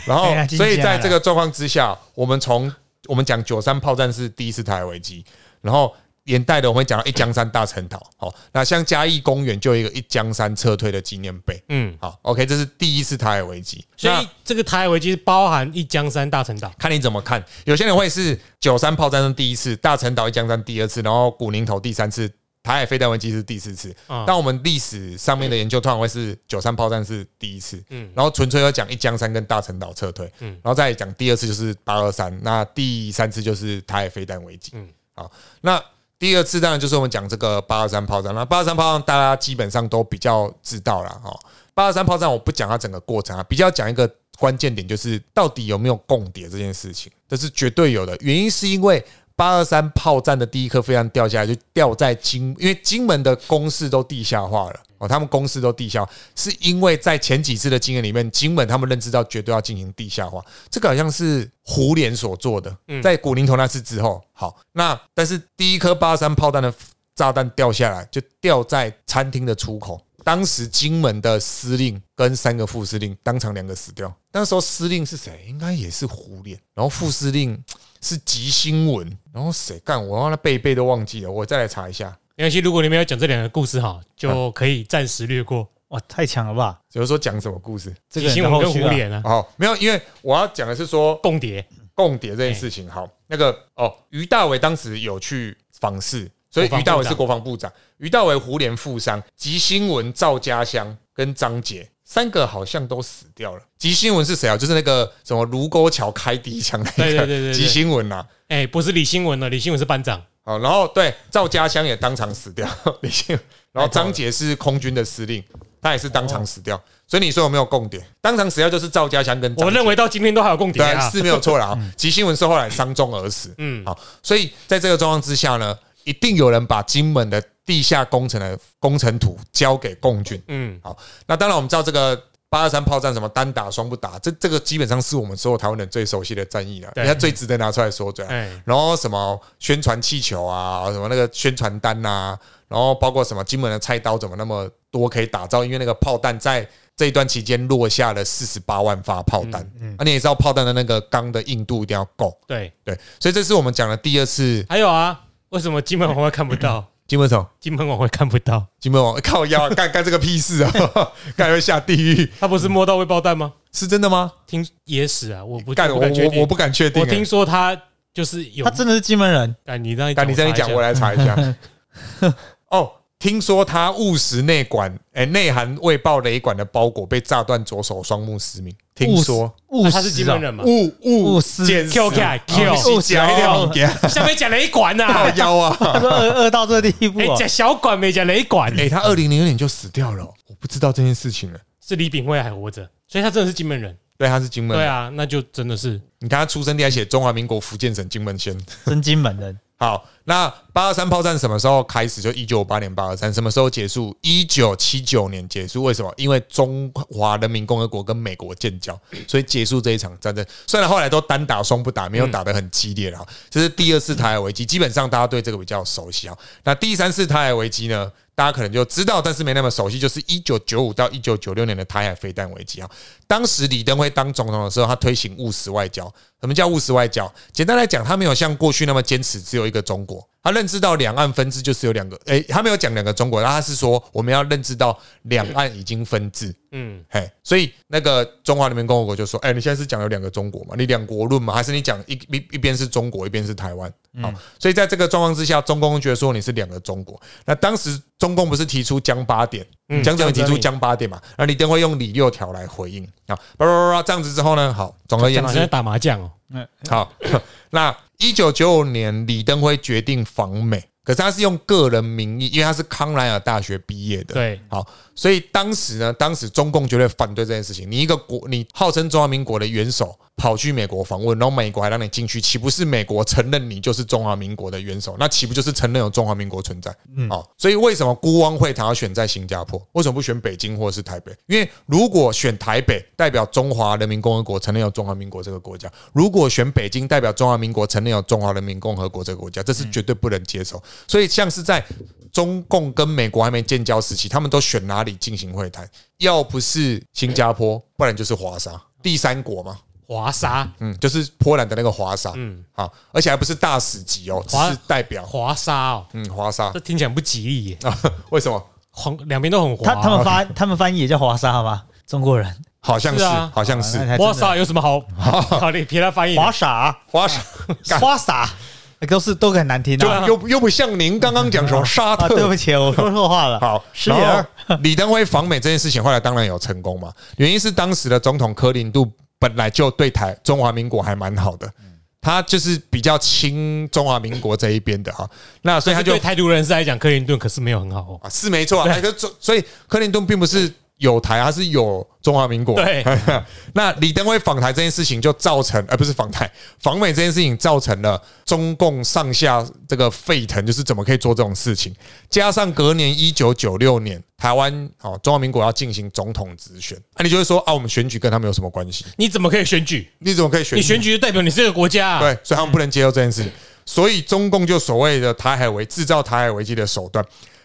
Speaker 2: 然后
Speaker 3: 啊哎呀，
Speaker 2: 所以在这
Speaker 3: 真假啦
Speaker 2: 个状况之下，我们从我们讲九三炮战是第一次台海危机，然后连带的我们会讲到一江山大陈岛。好，那像嘉义公园就有一个一江山撤退的纪念碑。
Speaker 1: 嗯，
Speaker 2: 好，OK，这是第一次台海危机。
Speaker 1: 所
Speaker 2: 那
Speaker 1: 以这个台海危机是包含一江山大陈岛，
Speaker 2: 看你怎么看，有些人会是九三炮战是第一次，大陈岛一江山第二次，然后古宁头第三次，台海飞弹危机是第四次。
Speaker 1: 啊
Speaker 2: 但我们历史上面的研究通常会是九三炮战是第一次，
Speaker 1: 嗯
Speaker 2: 然后纯粹要讲一江山跟大陈岛撤退，
Speaker 1: 嗯
Speaker 2: 然后再讲第二次就是八二三，那第三次就是台海飞弹危机，
Speaker 1: 嗯
Speaker 2: 好，那第二次当然就是我们讲这个八二三炮战，那八二三炮战大家基本上都比较知道了哦。八二三炮战我不讲它整个过程啊，比较讲一个关键点，就是到底有没有共谍这件事情，这是绝对有的。原因是因为八二三炮战的第一颗飞弹掉下来，就掉在金，因为金门的工事都地下化了哦，他们工事都地下化，是因为在前几次的经验里面，金门他们认知到绝对要进行地下化，这个好像是胡琏所做的，在古宁头那次之后，好，那但是第一颗八二三炮弹的炸弹掉下来，就掉在餐厅的出口。当时金门的司令跟三个副司令当场两个死掉。那时候司令是谁？应该也是胡琏，然后副司令是吉星文，然后谁干？我忘了背背都忘记了，我再来查一下。
Speaker 1: 没关系，如果你没有讲这两个故事哈，
Speaker 2: 哎
Speaker 1: 就可以暂时略过。
Speaker 3: 哇，太强了吧！
Speaker 2: 就是说讲什么故事？
Speaker 3: 这个人
Speaker 1: 新
Speaker 3: 的
Speaker 1: 闻
Speaker 3: 后
Speaker 1: 跟
Speaker 3: 续
Speaker 1: 胡
Speaker 3: 啊
Speaker 1: 脸 啊，
Speaker 2: 哦，没有，因为我要讲的是说
Speaker 1: 共谍，
Speaker 2: 共谍这件事
Speaker 1: 哎
Speaker 2: 情。好，那个哦，于大为当时有去访视，所以于大为是国防部长。于大为、胡琏负伤，吉新文、赵家香跟张杰三个好像都死掉了。吉新文是谁啊？就是那个什么卢沟桥开第一枪那个
Speaker 1: 对对对对对
Speaker 2: 吉新文啊。
Speaker 1: 哎，不是李新文了，李新文是班长，
Speaker 2: 好，然后对赵家香也当场死掉， 李信，然后张杰是空军的司令，他也是当
Speaker 1: 哦
Speaker 2: 场死掉。所以你说有没有共谍？当场死掉就是赵家香跟张
Speaker 1: 我
Speaker 2: 杰
Speaker 1: 认为到今天都还有共谍
Speaker 2: 对
Speaker 1: 啊
Speaker 2: 啊，，是没有错啦。啊。吉新文是后来伤重而死，
Speaker 1: 嗯，
Speaker 2: 好，所以在这个状况之下呢，一定有人把金门的地下工程的工程图交给共军。
Speaker 1: 嗯，
Speaker 2: 好，那当然我们知道这个八二三炮战什么单打双不打，这这个基本上是我们所有台湾人最熟悉的战役了，
Speaker 1: 对
Speaker 2: 人家最值得拿出来说嘴啊。
Speaker 1: 哎，
Speaker 2: 然后什么宣传气球啊，什么那个宣传单呐、然后包括什么金门的菜刀怎么那么多可以打造，因为那个炮弹在这一段期间落下了四十八万发炮弹，
Speaker 1: 嗯
Speaker 2: 啊，你也知道炮弹的那个钢的硬度一定要够，
Speaker 1: 对，
Speaker 2: 对，所以这是我们讲的第二次
Speaker 1: 还有啊，为什么金门红会看不到？
Speaker 2: 金门什么
Speaker 1: 金门红会看不到，
Speaker 2: 金门王 靠腰啊干干这个屁事啊， 干会下地狱
Speaker 1: 他不是摸到会爆弹吗？
Speaker 2: 是真的吗？
Speaker 1: 听野史啊，我不
Speaker 2: 干
Speaker 1: 我
Speaker 2: 我
Speaker 1: 不敢确
Speaker 2: 我
Speaker 1: 定
Speaker 2: 我不敢确定、
Speaker 1: 我
Speaker 2: 欸，
Speaker 1: 听说他就是有
Speaker 3: 他，真的是金门人，
Speaker 1: 但你让
Speaker 2: 但你这样一讲，我
Speaker 1: 来
Speaker 2: 来查一下。 哦，听说他误食内管，哎、内含未爆雷管的包裹被炸断左手双目失明。听说
Speaker 3: 务啊
Speaker 1: 他是金门人嘛？
Speaker 2: 误误
Speaker 3: 误食
Speaker 2: 见啊
Speaker 1: 扣起来扣
Speaker 2: 误加一点物件，
Speaker 1: 下面讲雷管
Speaker 2: 靠
Speaker 1: 呐，
Speaker 2: 腰啊！
Speaker 3: 他说饿饿到这个地步
Speaker 1: 哎，
Speaker 3: 啊，
Speaker 1: 讲小管没讲雷管，
Speaker 2: 哎、他二零零二年就死掉了，我不知道这件事情了。
Speaker 1: 是李炳辉还活着，所以他真的是金门人。
Speaker 2: 对，他是金门
Speaker 1: 对
Speaker 2: 人，
Speaker 1: 啊，那就真的是
Speaker 2: 你看他出生地还写中华民国福建省金门县。
Speaker 3: 真金门人，
Speaker 2: 好，那八二三炮战什么时候开始？就一九八年八二三，什么时候结束？一九七九年结束。为什么？因为中华人民共和国跟美国建交，所以结束这一场战争。虽然后来都单打双不打，没有打得很激烈了。哈这是第二次台海危机，基本上大家对这个比较熟悉啊。那第三次台海危机呢？大家可能就知道，但是没那么熟悉，就是一九九五到一九九六年的台海飞弹危机啊。当时李登辉当总统的时候，他推行务实外交。什么叫务实外交？简单来讲，他没有像过去那么坚持只有一个中国，他认知到两岸分治就是有两个，诶、他没有讲两个中国，他是说我们要认知到两岸已经分治，
Speaker 1: 嗯，
Speaker 2: 嘿，所以那个中华人民共和国就说，哎、你现在是讲有两个中国嘛？你两国论嘛？还是你讲一一一边是中国，一边是台湾？好，所以在这个状况之下，中共觉得说你是两个中国。那当时中共不是提出江八点，江泽民提出嗯江八点嘛？那李登辉用李六条来回应啊，叭叭叭叭，这样子之后呢，好，总而言
Speaker 1: 讲好像
Speaker 2: 之，
Speaker 1: 打麻将哦，
Speaker 2: 好，那一九九五年李登辉决定访美，可是他是用个人名义，因为他是康奈尔大学毕业的，
Speaker 1: 对，
Speaker 2: 好，所以当时呢，当时中共绝对反对这件事情。你一个国，你号称中华民国的元首跑去美国访问，然后美国还让你进去，岂不是美国承认你就是中华民国的元首？那岂不就是承认有中华民国存在？嗯，好，所以为什么孤汪会他要选在新加坡？为什么不选北京或是台北？因为如果选台北，代表中华人民共和国承认有中华民国这个国家；如果选北京，代表中华民国承认有中华人民共和国这个国家，这是绝对不能接受。所以像是在中共跟美国还没建交时期，他们都选哪里进行会谈？要不是新加坡，不然就是华沙，第三国嘛，
Speaker 1: 华沙，
Speaker 2: 嗯，就是波兰的那个华沙，
Speaker 1: 嗯，
Speaker 2: 好，而且还不是大使级哦，只
Speaker 1: 华
Speaker 2: 是代表，
Speaker 1: 华沙哦，
Speaker 2: 嗯，华沙
Speaker 1: 这听起来不吉利耶，
Speaker 2: 啊， 为什么？
Speaker 1: 黄两边都很
Speaker 3: 他他
Speaker 1: 滑，
Speaker 3: 们翻他们翻译也叫华沙吗？中国人
Speaker 2: 好像
Speaker 1: 是
Speaker 2: 是
Speaker 1: 啊，
Speaker 2: 好像是
Speaker 3: 啊那才
Speaker 1: 华
Speaker 3: 真的
Speaker 1: 沙有什么 好？好，你别他翻译，
Speaker 3: 华沙
Speaker 2: 华 沙，干
Speaker 3: 华沙，都是都很难听啊
Speaker 2: 就
Speaker 3: 的。
Speaker 2: 又又不像您刚刚讲什么沙
Speaker 3: 啊，
Speaker 2: 特
Speaker 3: 对不起，我说错话 了。
Speaker 2: 好，
Speaker 3: 失
Speaker 2: 然
Speaker 3: 言
Speaker 2: 后
Speaker 3: 儿。
Speaker 2: 李登辉访美这件事情，后来当然有成功嘛，原因是当时的总统柯林度本来就对台中华民国还蛮好的，
Speaker 3: 嗯
Speaker 2: 他就是比较亲中华民国这一边的哈，那所以
Speaker 1: 他
Speaker 2: 他就
Speaker 1: 对台独人士来讲，克林顿可是没有很好哦。
Speaker 2: 啊是没错啊，可是所以柯林顿并不是有台，他是有中华民国，
Speaker 1: 对，
Speaker 2: 那李登辉访台这件事情就造成，而、不是访台访美这件事情造成了中共上下这个沸腾，就是怎么可以做这种事情？加上隔年一九九六年台湾哦中华民国要进行总统直选，啊，你就会说啊，我们选举跟他们有什么关系？
Speaker 1: 你怎么可以选举？
Speaker 2: 你怎么可以选？
Speaker 1: 你选举就代表你是这个国家、啊。，
Speaker 2: 对，所以他们不能接受这件事情。所以中共就所谓的台海危制造台海危机的手段，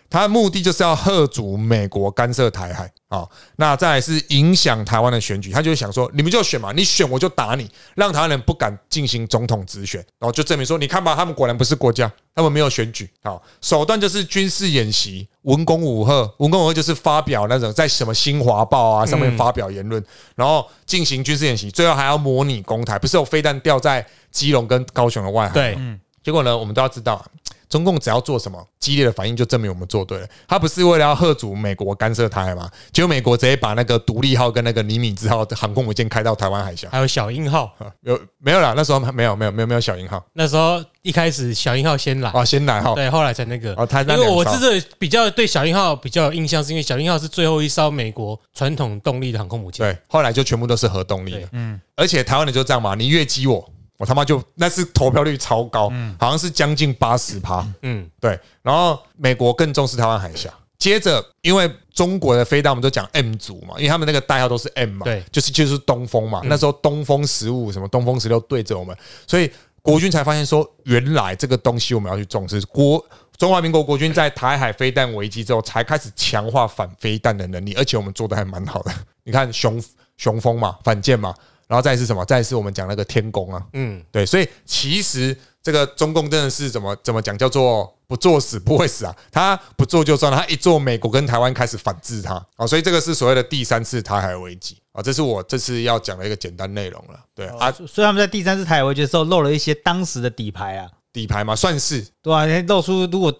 Speaker 2: 它的目的就是要贺阻美国干涉台海啊、那再来是影响台湾的选举，他就想说，你们就选嘛，你选我就打你，哦让台湾人不敢进行总统直选，然后就证明说，你看吧，他们果然不是国家，他们没有选举。好、手段就是军事演习，文攻武吓，文攻武吓就是发表那种在什么新华报啊上面发表言论，然后进行军事演习，最后还要模拟攻台，不是有飞弹掉在基隆跟高雄的外海？
Speaker 1: 对，
Speaker 3: 嗯
Speaker 2: 结果呢，我们都要知道，中共只要做什么激烈的反应，就证明我们做对了。他不是为了要贺阻美国干涉台海嘛？结果美国直接把那个独立号跟那个尼米兹号的航空母舰开到台湾海峡。
Speaker 1: 还有小英号，
Speaker 2: 有没有啦？那时候没有没有没有没有小鹰号
Speaker 1: 那时候一开始小英号先来，
Speaker 3: 哦
Speaker 2: 啊，先来号
Speaker 1: 对，后来才那个。
Speaker 2: 哦他那
Speaker 1: 因为
Speaker 2: 两
Speaker 1: 我
Speaker 2: 艘
Speaker 1: 这个比较对小英号比较有印象，是因为小英号是最后一艘美国传统动力的航空母舰。
Speaker 2: 对，后来就全部都是核动力了
Speaker 1: 对。
Speaker 2: 嗯，而且台湾人就这样嘛，你越激我，我他妈就那是投票率超高，好像是将近八十趴。
Speaker 1: 嗯，
Speaker 2: 对，然后美国更重视台湾海峡。接着，因为中国的飞弹，我们都讲 M 族嘛，因为他们那个代号都是 M 嘛，
Speaker 1: 对嗯
Speaker 2: 就是就是东风嘛。那时候东风十五、什么东风十六对着我们，所以国军才发现说，原来这个东西我们要去重视。国中华民国国军在台海飞弹危机之后，才开始强化反飞弹的能力，而且我们做的还蛮好的。你看雄雄风嘛，反舰嘛，然后再是什么？再是我们讲那个天宫啊，
Speaker 1: 嗯，
Speaker 2: 对，所以其实这个中共真的是怎么怎么讲，叫做不作死不会死啊！他不做就算了，他一做，美国跟台湾开始反制他啊，所以这个是所谓的第三次台海危机啊，这是我这次要讲的一个简单内容了。对啊，
Speaker 3: 所以他们在第三次台海危机的时候漏了一些当时的底牌啊，
Speaker 2: 底牌嘛，算是
Speaker 3: 对啊，露出如果，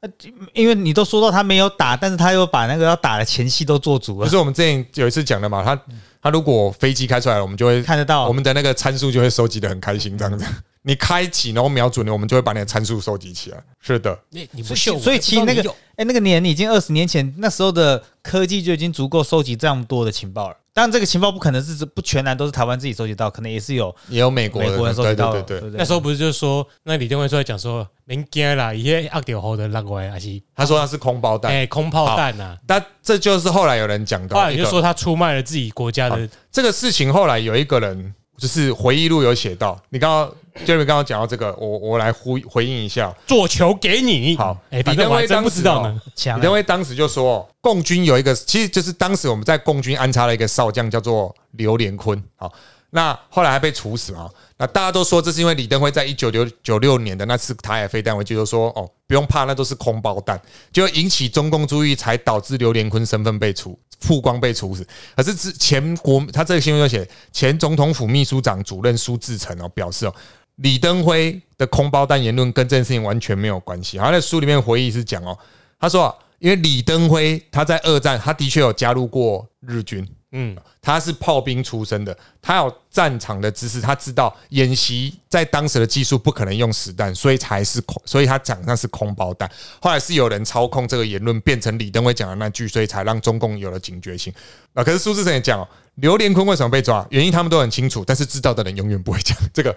Speaker 3: 呃因为你都说到他没有打，但是他又把那个要打的前戏都做足
Speaker 2: 不
Speaker 3: 了，
Speaker 2: 是我们之前有一次讲的嘛，他他如果飞机开出来了，我们就会
Speaker 3: 看得到
Speaker 2: 我们的那个参数就会收集的很开心，这样子。 你开启，然后瞄准你，我们就会把你的参数收集起来。是的，
Speaker 1: 你你不
Speaker 3: 所
Speaker 1: 秀
Speaker 3: 以
Speaker 1: 我，
Speaker 3: 所以
Speaker 1: 我不知
Speaker 3: 其实
Speaker 1: 道
Speaker 3: 那
Speaker 1: 你
Speaker 3: 个
Speaker 1: 有
Speaker 3: 哎、那个年已经二十年前，那时候的科技就已经足够收集这样多的情报了。当然，这个情报不可能是不全然都是台湾自己收集到，可能也是有
Speaker 2: 也有美国
Speaker 3: 美国人收集
Speaker 2: 对
Speaker 3: 到
Speaker 2: 对
Speaker 3: 的，
Speaker 2: 对对。
Speaker 3: 不对？
Speaker 1: 那时候不是就是说，那李登辉出来讲说，免惊啦，一些阿掉后的那个还是
Speaker 2: 他说他是空包弹，
Speaker 1: 哎空炮弹呐，
Speaker 2: 但这就是后来有人讲
Speaker 1: 后
Speaker 2: 到
Speaker 1: 来
Speaker 2: 一
Speaker 1: 就
Speaker 2: 个
Speaker 1: 说他出卖了自己国家的，
Speaker 2: 这个事情，后来有一个人就是回忆录有写到，你刚刚 Jeremy 刚刚讲到这个，我我来回回应一下。
Speaker 1: 做球给你。
Speaker 2: 好
Speaker 1: 哎，反
Speaker 2: 李登
Speaker 1: 正我还
Speaker 2: 辉
Speaker 1: 真不
Speaker 2: 当时
Speaker 1: 知道
Speaker 2: 哦
Speaker 1: 呢。
Speaker 3: 强啊
Speaker 2: 李登辉当时就说，共军有一个，其实就是当时我们在共军安插了一个少将，叫做刘连坤。好，那后来还被处死嘛。那大家都说这是因为李登辉在一九六九六年的那次台海飞弹危机，就说哦不用怕，那都是空包弹，就引起中共注意，才导致刘连坤身份被处曝光被处死。可是之前国他这个新闻就写前总统府秘书长主任苏志成哦表示哦。李登辉的空包弹言论跟这件事情完全没有关系。好，在书里面回忆是讲哦，他说、啊，因为李登辉他在二战，他的确有加入过日军，
Speaker 1: 嗯，
Speaker 2: 他是炮兵出身的，他有战场的知识，他知道演习在当时的技术不可能用实弹，所以才是空，所以他讲那是空包弹。后来是有人操控这个言论，变成李登辉讲的那句，所以才让中共有了警觉性。啊，可是苏志成也讲哦，刘连坤为什么被抓，原因他们都很清楚，但是知道的人永远不会讲这个。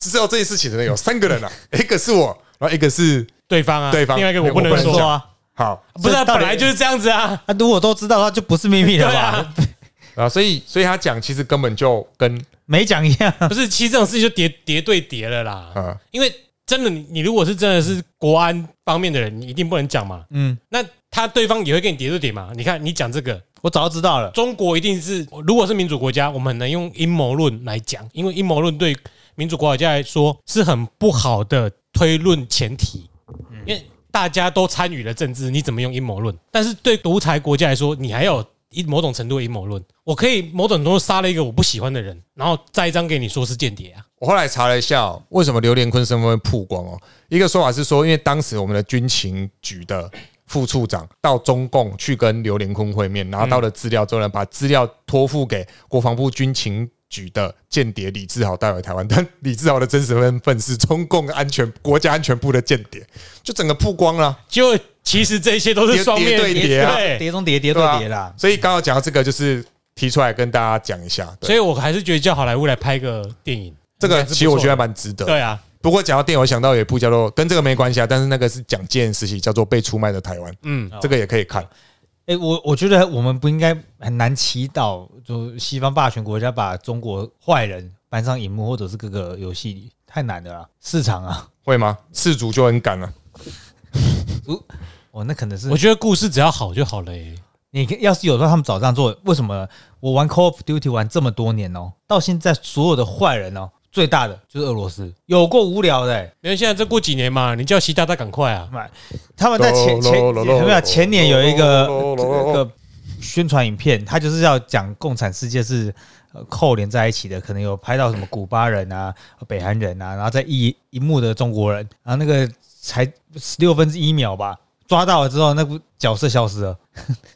Speaker 2: 知道这件事情的人有三个人啊， 一个是我，然后一个是
Speaker 1: 对方啊，
Speaker 2: 对方
Speaker 1: 另外一个我不
Speaker 2: 我
Speaker 1: 能
Speaker 2: 不能
Speaker 1: 说
Speaker 3: 说
Speaker 1: 啊，
Speaker 3: 啊，
Speaker 2: 好
Speaker 1: 不是啊，
Speaker 3: 所以到
Speaker 1: 本
Speaker 3: 底
Speaker 1: 来就是这样子 啊，
Speaker 3: 啊，如果都知道，他就不是秘密了
Speaker 1: 对
Speaker 3: 吧
Speaker 1: 啊？
Speaker 2: 啊，所以所以他讲其实根本就跟
Speaker 3: 没讲一样，
Speaker 1: 不是，其实这种事情就叠叠对叠了啦，
Speaker 2: 呃
Speaker 1: 因为真的你你如果是真的是国安方面的人，你一定不能讲嘛，
Speaker 3: 嗯，
Speaker 1: 那他对方也会跟你叠对叠嘛，你看你讲这个，
Speaker 3: 我早就知道了，
Speaker 1: 中国一定是，如果是民主国家，我们很能用阴谋论来讲，因为阴谋论对民主国家来说是很不好的推论前提，
Speaker 2: 嗯
Speaker 1: 因为大家都参与了政治，你怎么用阴谋论？但是对独裁国家来说，你还要有一某种程度的阴谋论。我可以某种程度杀了一个我不喜欢的人，然后再一张给你说是间谍啊，
Speaker 2: 我后来查了一下、哦，为什么刘连坤身份会曝光哦？一个说法是说，因为当时我们的军情局的副处长到中共去跟刘连坤会面，拿到了资料之后呢，把资料托付给国防部军情。局的间谍李志豪带回台湾，但李志豪的真实身份是中共安全国家安全部的间谍，就整个曝光了。
Speaker 1: 就其实这些都
Speaker 2: 叠
Speaker 1: 是双面
Speaker 2: 叠对叠啊
Speaker 1: 对
Speaker 3: 叠中叠，叠哎对叠啦。
Speaker 2: 所以刚好讲到这个，就是提出来跟大家讲一下。对，
Speaker 1: 所以我还是觉得叫好莱坞来拍个电影，
Speaker 2: 这
Speaker 1: 应
Speaker 2: 个
Speaker 1: 该是不
Speaker 2: 其实我
Speaker 1: 错
Speaker 2: 觉得
Speaker 1: 的
Speaker 2: 蛮值得。
Speaker 1: 对啊，
Speaker 2: 不过讲到电影，我想到有一部叫做跟这个没关系啊，但是那个是讲件事情，叫做《被出卖的台湾》，
Speaker 1: 嗯，
Speaker 2: 这个也可以看。
Speaker 3: 哎、我我觉得我们不应该很难祈祷，就西方霸权国家把中国坏人搬上荧幕或者是各个游戏里，太难了啦，市场啊，
Speaker 2: 会吗？赤足就很啊敢了，
Speaker 3: 哦，那可能是
Speaker 1: 我觉得故事只要好就好了、欸。
Speaker 3: 你可要是有时候他们早这样做，为什么我玩 Call of Duty 玩这么多年哦，到现在所有的坏人哦，最大的就是俄罗斯，有够无聊的、欸。
Speaker 1: 因为现在这过几年嘛，你叫习大大赶快啊！
Speaker 3: 妈他们在前前
Speaker 2: 咯咯咯咯
Speaker 3: 没有前年有一个
Speaker 2: 咯咯咯咯
Speaker 3: 这个宣传影片，他就是要讲共产世界是呃扣连在一起的，可能有拍到什么古巴人啊、北韩人啊，然后在一一幕的中国人，然后那个才十六分之一秒吧，抓到了之后，那部角色消失了，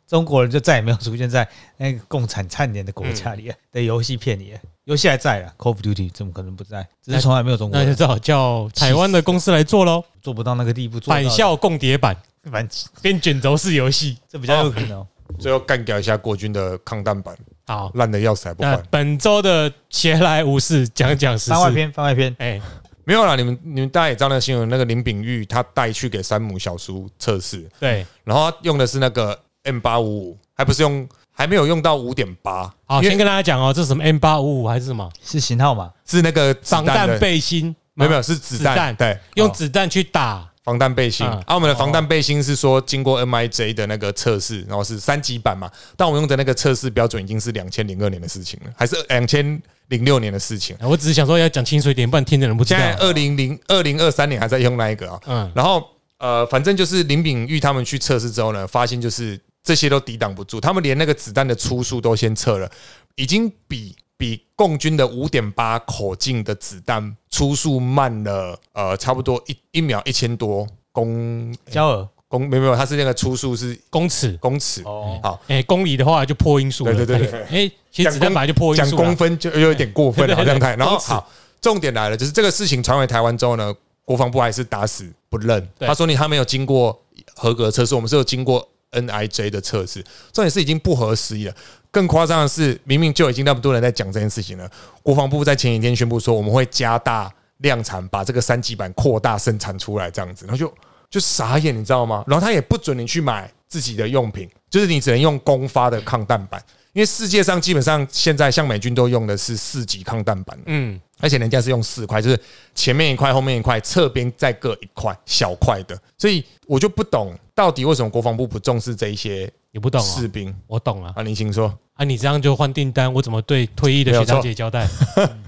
Speaker 3: 中国人就再也没有出现在那个共产灿烂的国家里了的游戏片里了。游戏还在了，Call of Duty 怎么可能不在？只是从来没有
Speaker 2: 嗯
Speaker 3: 中国
Speaker 1: 那就
Speaker 3: 人
Speaker 1: 只好叫台湾的公司来做喽，
Speaker 3: 做不到那个地步，做不到
Speaker 1: 反校共谍版
Speaker 3: 反
Speaker 1: 变卷轴式游戏。
Speaker 3: 这比较有可能哦。
Speaker 2: 最后干掉一下国军的抗弹板，
Speaker 1: 好，
Speaker 2: 烂的要死还不
Speaker 1: 那
Speaker 2: 还。
Speaker 1: 本周的闲来无事讲讲时
Speaker 3: 番外
Speaker 1: 事。
Speaker 3: 篇，番外篇，
Speaker 1: 哎，
Speaker 2: 没有啦，你们你们大家也知道那个新闻，那个林炳玉他带去给山姆小叔测试，
Speaker 1: 对，
Speaker 2: 然后他用的是那个 M 八五五，还不是用还没有用到五点八，
Speaker 1: 好，
Speaker 2: 因
Speaker 1: 先
Speaker 2: 为
Speaker 1: 跟大家讲哦，这是什么 M 八五五还是什么
Speaker 3: 是型号嘛？
Speaker 2: 是那个子
Speaker 1: 防
Speaker 2: 弹
Speaker 1: 弹
Speaker 2: 的，
Speaker 1: 背心？
Speaker 2: 没有没有是子
Speaker 1: 子弹
Speaker 2: 弹，对，
Speaker 1: 用
Speaker 2: 哦
Speaker 1: 子弹去打。
Speaker 2: 防弹背心、
Speaker 1: 嗯
Speaker 2: 啊，我们的防弹背心是说经过 MIJ 的那个测试，然后是三级版嘛，但我们用的那个测试标准已经是两千零二年的事情了，还是两千零六年的事情。
Speaker 1: 哎我只是想说要讲清楚一点，不然听的人不知
Speaker 2: 现在
Speaker 1: 道。
Speaker 2: 二零零二零二三年还在用那一个啊，
Speaker 1: 嗯，
Speaker 2: 然后呃，反正就是林炳玉他们去测试之后呢，发现就是这些都抵挡不住，他们连那个子弹的出速都先测了，已经比比共军的五点八口径的子弹出速慢了呃差不多一一秒一千多公
Speaker 3: 焦耳
Speaker 2: 公没有没有，它是那个出数是
Speaker 1: 公尺，
Speaker 2: 公尺，
Speaker 3: 哦，
Speaker 2: 好
Speaker 1: 哎，公里的话就破音速了。
Speaker 2: 对对对对
Speaker 1: 哎，其实子弹本来就破音
Speaker 2: 讲
Speaker 1: 速
Speaker 2: 公
Speaker 1: 了。
Speaker 2: 分就又有点过分了，
Speaker 1: 对
Speaker 2: 好
Speaker 1: 对对
Speaker 2: 像太。然后
Speaker 1: 公尺
Speaker 2: 好，重点来了，就是这个事情传回台湾之后呢，国防部还是打死不认，
Speaker 1: 对
Speaker 2: 他说你他没有经过合格测试，我们是有经过 NIJ 的测试，重点是已经不合时宜了。更夸张的是，明明就已经那么多人在讲这件事情了，国防部在前几天宣布说我们会加大量产，把这个三级版扩大生产出来，这样子，然后就就傻眼，你知道吗？然后他也不准你去买自己的用品，就是你只能用公发的抗弹板，因为世界上基本上现在像美军都用的是四级抗弹板，
Speaker 1: 嗯，
Speaker 2: 而且人家是用四块，就是前面一块，后面一块，侧边再各一块小块的，所以我就不懂到底为什么国防部不重视这一些
Speaker 1: 你不懂啊、
Speaker 2: 士兵
Speaker 1: 我懂了
Speaker 2: 啊？您请说，
Speaker 1: 啊！你这样就换订单，我怎么对退役的
Speaker 2: 没有
Speaker 1: 学长
Speaker 2: 错
Speaker 1: 姐交代？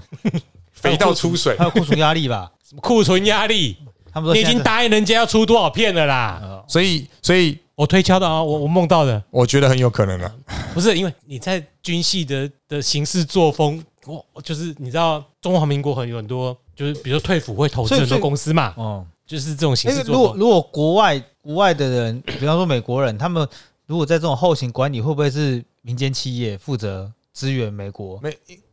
Speaker 2: 肥到出水
Speaker 3: 还，有库存压力吧？
Speaker 1: 什么库存压力？
Speaker 3: 他们说
Speaker 1: 你已经
Speaker 3: 现在
Speaker 1: 答应人家要出多少片了啦？
Speaker 3: 哦
Speaker 2: 所以所以
Speaker 1: 我推敲的啊，我我梦到的，
Speaker 2: 我觉得很有可能了、啊
Speaker 1: 不是因为你在军系的的行事作风，我就是你知道中华民国很有很多，就是比如说退辅会投资
Speaker 3: 所以
Speaker 1: 很多
Speaker 3: 所以
Speaker 1: 公司嘛，
Speaker 3: 哦，
Speaker 1: 就是这种行
Speaker 3: 因
Speaker 1: 事
Speaker 3: 为如
Speaker 1: 作
Speaker 3: 果
Speaker 1: 风。
Speaker 3: 如果国外国外的人，比方说美国人，他们如果在这种后勤管理，会不会是民间企业负责支援美国？
Speaker 2: 美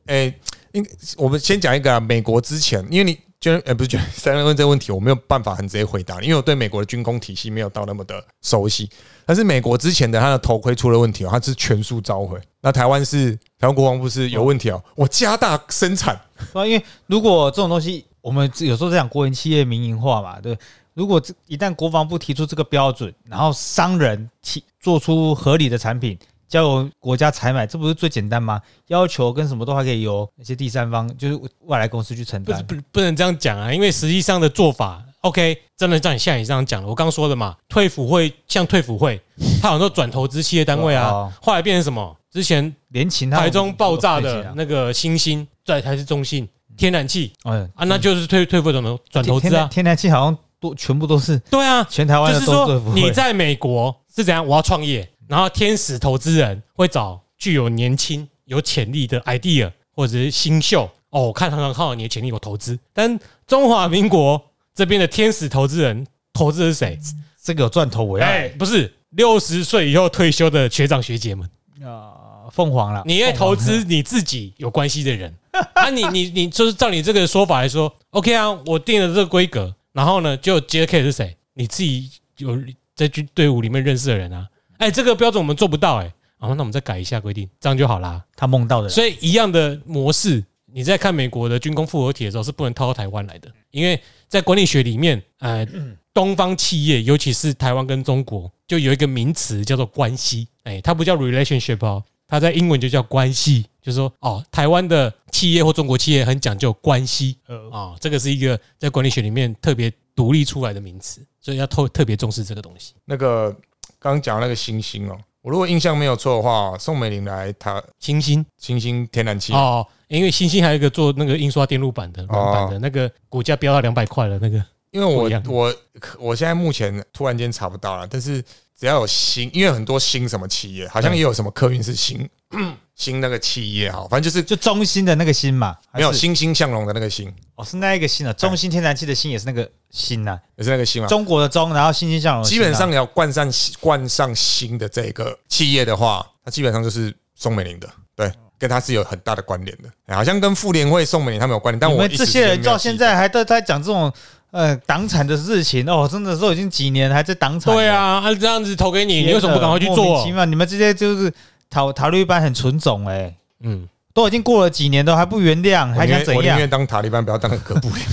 Speaker 2: 诶、哎应我们先讲一个、啊、美国之前，因为你娟呃不是娟三人问这个问题，我没有办法很直接回答，因为我对美国的军工体系没有到那么的熟悉。但是美国之前的他的头盔出了问题哦，他是全数召回。那台湾是台湾国防部是有问题哦，我加大生产，
Speaker 3: 对啊，因为如果这种东西，我们有时候在讲国营企业民营化嘛，对。如果这一旦国防部提出这个标准，然后商人提做出合理的产品，交由国家采买，这不是最简单吗？要求跟什么都还可以由那些第三方，就是外来公司去承
Speaker 1: 不是
Speaker 3: 担。
Speaker 1: 不不能这样讲啊，因为实际上的做法，OK，真的像你像你这样讲的，我刚说的嘛，退辅会像退辅会，他好像都转投资企业单位啊
Speaker 3: 哦，
Speaker 1: 后来变成什么？之前
Speaker 3: 连秦他
Speaker 1: 台中爆炸的
Speaker 3: 哎
Speaker 1: 那个新兴，在还是中兴
Speaker 3: 嗯
Speaker 1: 天然气
Speaker 3: 呦，
Speaker 1: 啊，那就是退退辅转投转投资
Speaker 3: 哎嗯天然
Speaker 1: 啊，
Speaker 3: 天然气好像都全部都是
Speaker 1: 对啊，
Speaker 3: 全台湾
Speaker 1: 就
Speaker 3: 的
Speaker 1: 是
Speaker 3: 都
Speaker 1: 说
Speaker 3: 对付
Speaker 1: 你在美国是怎样？我要创业，然后天使投资人会找具有年轻、有潜力的 idea 或者是新秀。哦，我看他很好你的潜力，我投资。但中华民国这边的天使投资人投资的是谁？
Speaker 3: 这个有赚头，我啊要
Speaker 1: 哎，不是六十岁以后退休的学长学姐们，
Speaker 3: 啊凤凰了。
Speaker 1: 你要投资你自己有关系的人。啊你，你你就是照你这个说法来说，OK 啊，我定了这个规格，然后呢，就接 K 是谁？你自己有在军队伍里面认识的人啊？哎、这个标准我们做不到哎、然后那我们再改一下规定，这样就好啦。
Speaker 3: 他梦到的人，
Speaker 1: 所以一样的模式，你在看美国的军工复合体的时候是不能套到台湾来的，因为在管理学里面，呃，东方企业尤其是台湾跟中国，就有一个名词叫做关系，哎、它不叫 relationship 哦，它在英文就叫关系，就是说哦，台湾的企业或中国企业很讲究关系
Speaker 3: 呃，
Speaker 1: 啊、这个是一个在管理学里面特别独立出来的名词，所以要特特别重视这个东西。
Speaker 2: 那个刚刚讲那个星星哦，我如果印象没有错的话，宋美龄来台
Speaker 1: 星星
Speaker 2: 星星天然气，
Speaker 1: 哦，因为星星还有一个做那个印刷电路板的软板的那个股价飙到两百块了，那个
Speaker 2: 因为
Speaker 1: 不
Speaker 2: 我
Speaker 1: 一样
Speaker 2: 我我现在目前突然间查不到了，但是只要有新，因为很多新什么企业，好像
Speaker 1: 对
Speaker 2: 也有什么客运是新 新那个企业哈，反正就是
Speaker 3: 就中心的那个心嘛，还
Speaker 2: 没有
Speaker 3: 是
Speaker 2: 欣欣向荣的那个欣，
Speaker 3: 哦，是那一个心
Speaker 1: 哎
Speaker 3: 啊，中心天然气的心也是那个心呐、
Speaker 2: 也是那个欣嘛。
Speaker 3: 中国的中，然后欣欣向荣的
Speaker 2: 基
Speaker 3: 欣啊、
Speaker 2: 本上你要冠上冠上新的这个企业的话，它基本上就是宋美龄的，对，跟它是有很大的关联的，哎好像跟妇联会宋美龄他们有关联，但
Speaker 3: 你
Speaker 2: 我
Speaker 3: 们
Speaker 2: 一时
Speaker 3: 这
Speaker 2: 之间
Speaker 3: 些人
Speaker 2: 没有
Speaker 3: 到
Speaker 2: 记
Speaker 3: 现
Speaker 2: 得
Speaker 3: 在还都在讲这种呃党产的事情哦，真的都已经几年还在党产。
Speaker 1: 对，啊，啊这样子投给你，
Speaker 3: 天哪
Speaker 1: 你为什么不赶快去
Speaker 3: 莫
Speaker 1: 做
Speaker 3: 名其？妙，你们这些就是塔塔利班很纯种哎、
Speaker 1: 嗯，
Speaker 3: 都已经过了几年都还不原谅，
Speaker 2: 我
Speaker 3: 还
Speaker 2: 宁
Speaker 3: 想
Speaker 2: 愿
Speaker 3: 怎
Speaker 2: 我宁
Speaker 3: 样？
Speaker 2: 愿当塔利班，不要当哥 布林。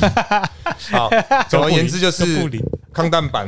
Speaker 2: 好，总而言之就是抗弹板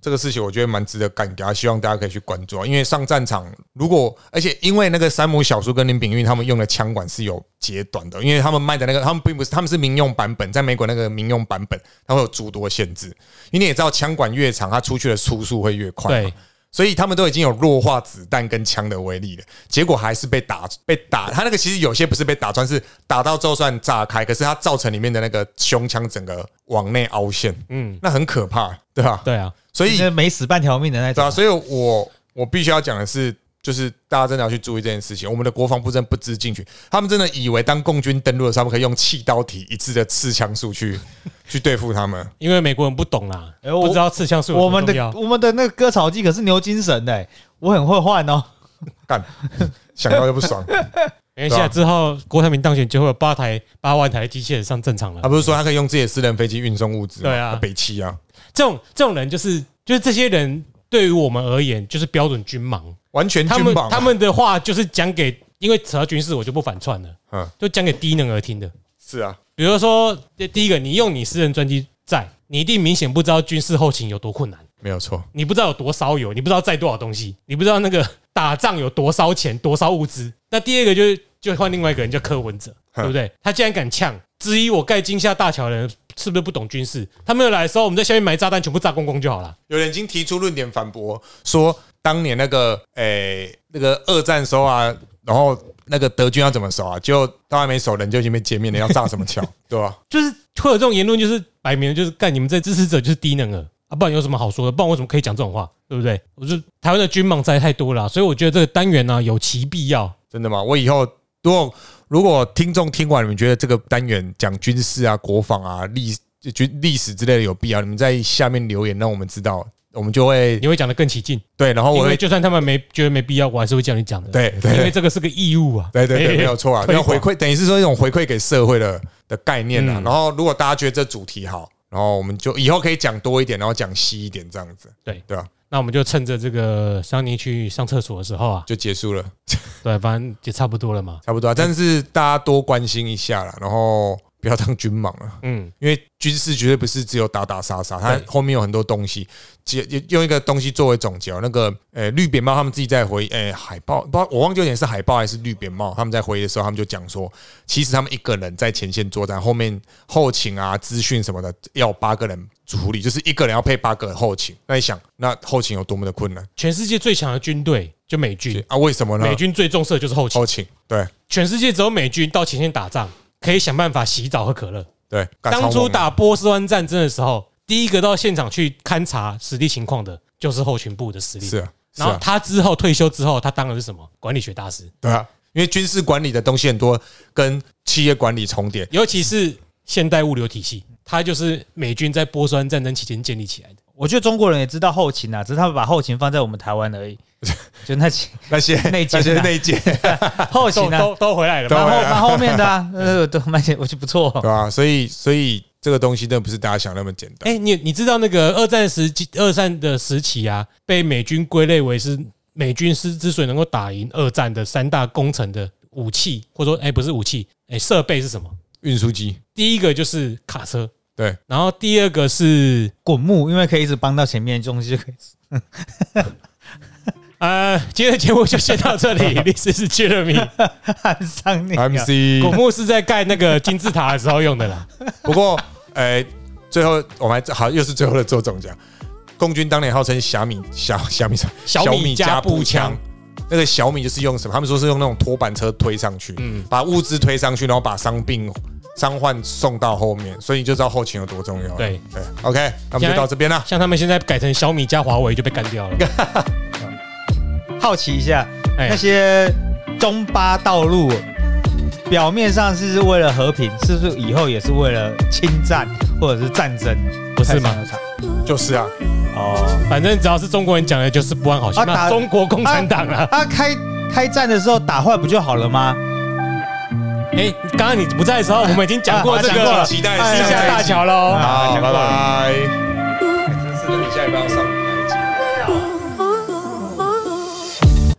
Speaker 2: 这个事情，我觉得蛮值得干掉，希望大家可以去关注啊。因为上战场，如果而且因为那个山姆小叔跟林炳玉他们用的枪管是有截短的，因为他们卖的那个他们并不是他们是民用版本，在美国那个民用版本它会有诸多限制，因为你也知道枪管越长，它出去的出速会越快嘛。
Speaker 1: 对
Speaker 2: 所以他们都已经有弱化子弹跟枪的威力了，结果还是被打被打。他那个其实有些不是被打穿，是打到就算炸开，可是它造成里面的那个胸腔整个往内凹陷，嗯，那很可怕，对吧、
Speaker 1: 对啊，
Speaker 2: 所以
Speaker 3: 就是没死半条命的那
Speaker 2: 对
Speaker 3: 种
Speaker 2: 啊，。所以我我必须要讲的是，就是大家真的要去注意这件事情。我们的国防部真的不知进取，他们真的以为当共军登陆的时候，他们可以用气刀体一致的刺枪术去 去对付他们。
Speaker 1: 因为美国人不懂啦，
Speaker 3: 哎我
Speaker 1: 不知道刺枪术有
Speaker 3: 我
Speaker 1: 多
Speaker 3: 们
Speaker 1: 重
Speaker 3: 的
Speaker 1: 要。
Speaker 3: 我们的那个割草机可是牛精神的、欸，我很会换哦。
Speaker 2: 干，想到就 不爽。
Speaker 1: 因为哎现在之后郭台铭当选，就会有八台八万台机器人上战场
Speaker 2: 他
Speaker 3: 啊
Speaker 1: 了。
Speaker 2: 不是说他可以用自己的私人飞机运送物资吗？
Speaker 1: 对啊
Speaker 2: 北七啊，
Speaker 1: 这种这种人就是就是这些人，对于我们而言就是标准军盲。
Speaker 2: 完全
Speaker 1: 他
Speaker 2: 军
Speaker 1: 们
Speaker 2: 榜啊。
Speaker 1: 他们的话就是讲给，因为扯到军事我就不反串了，
Speaker 2: 嗯
Speaker 1: 就讲给低能儿听的。
Speaker 2: 是啊，
Speaker 1: 比如说，第第一个，你用你私人专机在，你一定明显不知道军事后勤有多困难，
Speaker 2: 没有错。
Speaker 1: 你不知道有多烧油，你不知道载多少东西，你不知道那个 打仗有多烧钱、多烧物资。那第二个就是，就换另外一个人叫柯文哲，
Speaker 2: 哼
Speaker 1: 对不对？他竟然敢呛质疑我盖金厦大桥的人是不是不懂军事？他没有来的时候，我们在下面埋炸弹，全部炸光光就好了。
Speaker 2: 有人已经提出论点反驳，说当年那个诶、那个二战时候啊，然后那个德军要怎么守啊，就都还没守，人就已经被歼灭了，要炸什么 桥，对吧、
Speaker 1: 就是会有这种言论，就是摆明了就是干你们这支持者就是低能儿啊，不然有什么好说的？不然为什么可以讲这种话？对不对？我就台湾的军盲实在太多了啊、所以我觉得这个单元呢、啊有其必要。
Speaker 2: 真的吗？我以后如果如果听众听完，你们觉得这个单元讲军事啊、国防啊、历就军历史之类的有必要，你们在下面留言让我们知道，我们就会
Speaker 1: 你会讲得更起劲，
Speaker 2: 对，然后
Speaker 1: 因
Speaker 2: 哦我
Speaker 1: 为
Speaker 2: 会
Speaker 1: 就算他们没觉得没必要，我还是会叫你讲的。
Speaker 2: 对 对
Speaker 1: 因为
Speaker 2: 对
Speaker 1: 这个是个义务啊。
Speaker 2: 对对
Speaker 1: 哎
Speaker 2: 对，没有错啊，
Speaker 1: 推
Speaker 2: 要
Speaker 1: 广
Speaker 2: 回馈，等于是说一种回馈给社会的的概念啊。
Speaker 1: 嗯
Speaker 2: 然后如果大家觉得这主题好，然后我们就以后可以讲多一点，然后讲细一点，这样子
Speaker 1: 对
Speaker 2: 对吧？
Speaker 1: 那我们就趁着这个桑尼去上厕所的时候啊，
Speaker 2: 就结束了，
Speaker 1: 对，反正也差不多了嘛。
Speaker 2: 差不多啊。但是大家多关心一下啦，然后不要当军盲了。
Speaker 1: 嗯，
Speaker 2: 因为军事绝对不是只有打打杀杀，它
Speaker 1: 对
Speaker 2: 后面有很多东西。结用一个东西作为总结哦，那个呃绿扁帽他们自己在回呃海报，不知道我忘记有点是海报还是绿扁帽，他们在回忆的时候，他们就讲说，其实他们一个人在前线作战，后面后勤啊、资讯什么的要八个人处理，就是一个人要配八个后勤。那你想，那后勤有多么的困难
Speaker 1: 全世界最强的军队就美军，
Speaker 2: 啊？为什么呢
Speaker 1: 美？军最重视的就是后勤。
Speaker 2: 后勤对
Speaker 1: 全世界只有美军到前线打仗，可以想办法洗澡喝可乐。
Speaker 2: 对，干
Speaker 1: 当
Speaker 2: 超
Speaker 1: 初
Speaker 2: 猛的
Speaker 1: 打波斯湾战争的时候，第一个到现场去勘察实地情况的，就是后勤部的司令。
Speaker 2: 是啊，是
Speaker 1: 然后
Speaker 2: 啊，
Speaker 1: 他之后退休之后，他当的是什么？管理学大师，
Speaker 2: 对啊，因为军事管理的东西很多跟企业管理 重叠，
Speaker 1: 尤其是现代物流体系，他就是美军在波斯湾战争期间建立起来的。
Speaker 3: 我觉得中国人也知道后勤啊，只是他们把后勤放在我们台湾而已，就 那几
Speaker 2: 那些
Speaker 3: 内奸
Speaker 2: 那
Speaker 3: 啊
Speaker 2: 些内 奸，对
Speaker 3: 后勤
Speaker 1: 都
Speaker 3: 啊，
Speaker 1: 都都回来了
Speaker 2: 都啊
Speaker 1: 嘛，
Speaker 2: 回
Speaker 3: 蛮后
Speaker 2: 来了
Speaker 3: 蛮后面 的啊，呃，都蛮前，我觉得不错哦。
Speaker 2: 吧、所以，所以这个东西真的不是大家想那么简单。
Speaker 1: 哎、你你知道那个二战时期，二战的时期啊，被美军归类为是美军是之所以能够打赢二战的三大工程的武器，或者说哎、不是武器，哎、设备是什么？
Speaker 2: 运输机，
Speaker 1: 第一个就是卡车，
Speaker 2: 对，
Speaker 1: 然后第二个是
Speaker 3: 滚木，因为可以一直帮到前面的东西就可以。
Speaker 1: 呃，今天的节目就先到这 里。历史是 Jeremy，
Speaker 3: 喊上
Speaker 1: 哎
Speaker 3: 你啊
Speaker 2: MC
Speaker 1: 古墓是在盖那个金字塔的时候用的啦。
Speaker 2: 不过， 呃，最后我们还好，又是最后的做总奖。共军当年号称小米小小米
Speaker 1: 小米加步枪，
Speaker 2: 那个小米就是用什么？他们说是用那种拖板车推上去，
Speaker 1: 嗯
Speaker 2: 把物资推上去，然后把伤病伤患送到后面，所以你就知道后勤有多重要了。
Speaker 1: 对
Speaker 2: 对，OK，那我们就到这边了。
Speaker 1: 像他们现在改成小米加华为就被干掉了。
Speaker 3: 好奇一下，
Speaker 1: 哎
Speaker 3: 那些中巴道路表面上是为了和平，是不是以后也是为了侵占或者是战争？
Speaker 1: 不是吗
Speaker 3: 太上有场？
Speaker 2: 就是啊，
Speaker 3: 哦，
Speaker 1: 反正只要是中国人讲的，就是不安好心。
Speaker 3: 啊
Speaker 1: 那
Speaker 3: 打
Speaker 1: 中国共产党啊，
Speaker 3: 啊，开开战的时候打坏不就好了吗？
Speaker 1: 哎，刚刚你不在的时候，我们已经讲过
Speaker 3: 啊
Speaker 1: 这
Speaker 3: 讲过
Speaker 1: 个
Speaker 3: 了
Speaker 2: 期待
Speaker 1: 西
Speaker 2: 下
Speaker 1: 夏大桥喽。
Speaker 2: 好，
Speaker 3: 啊
Speaker 2: 拜
Speaker 3: 讲过了
Speaker 2: 拜。真是的，你下礼拜要上。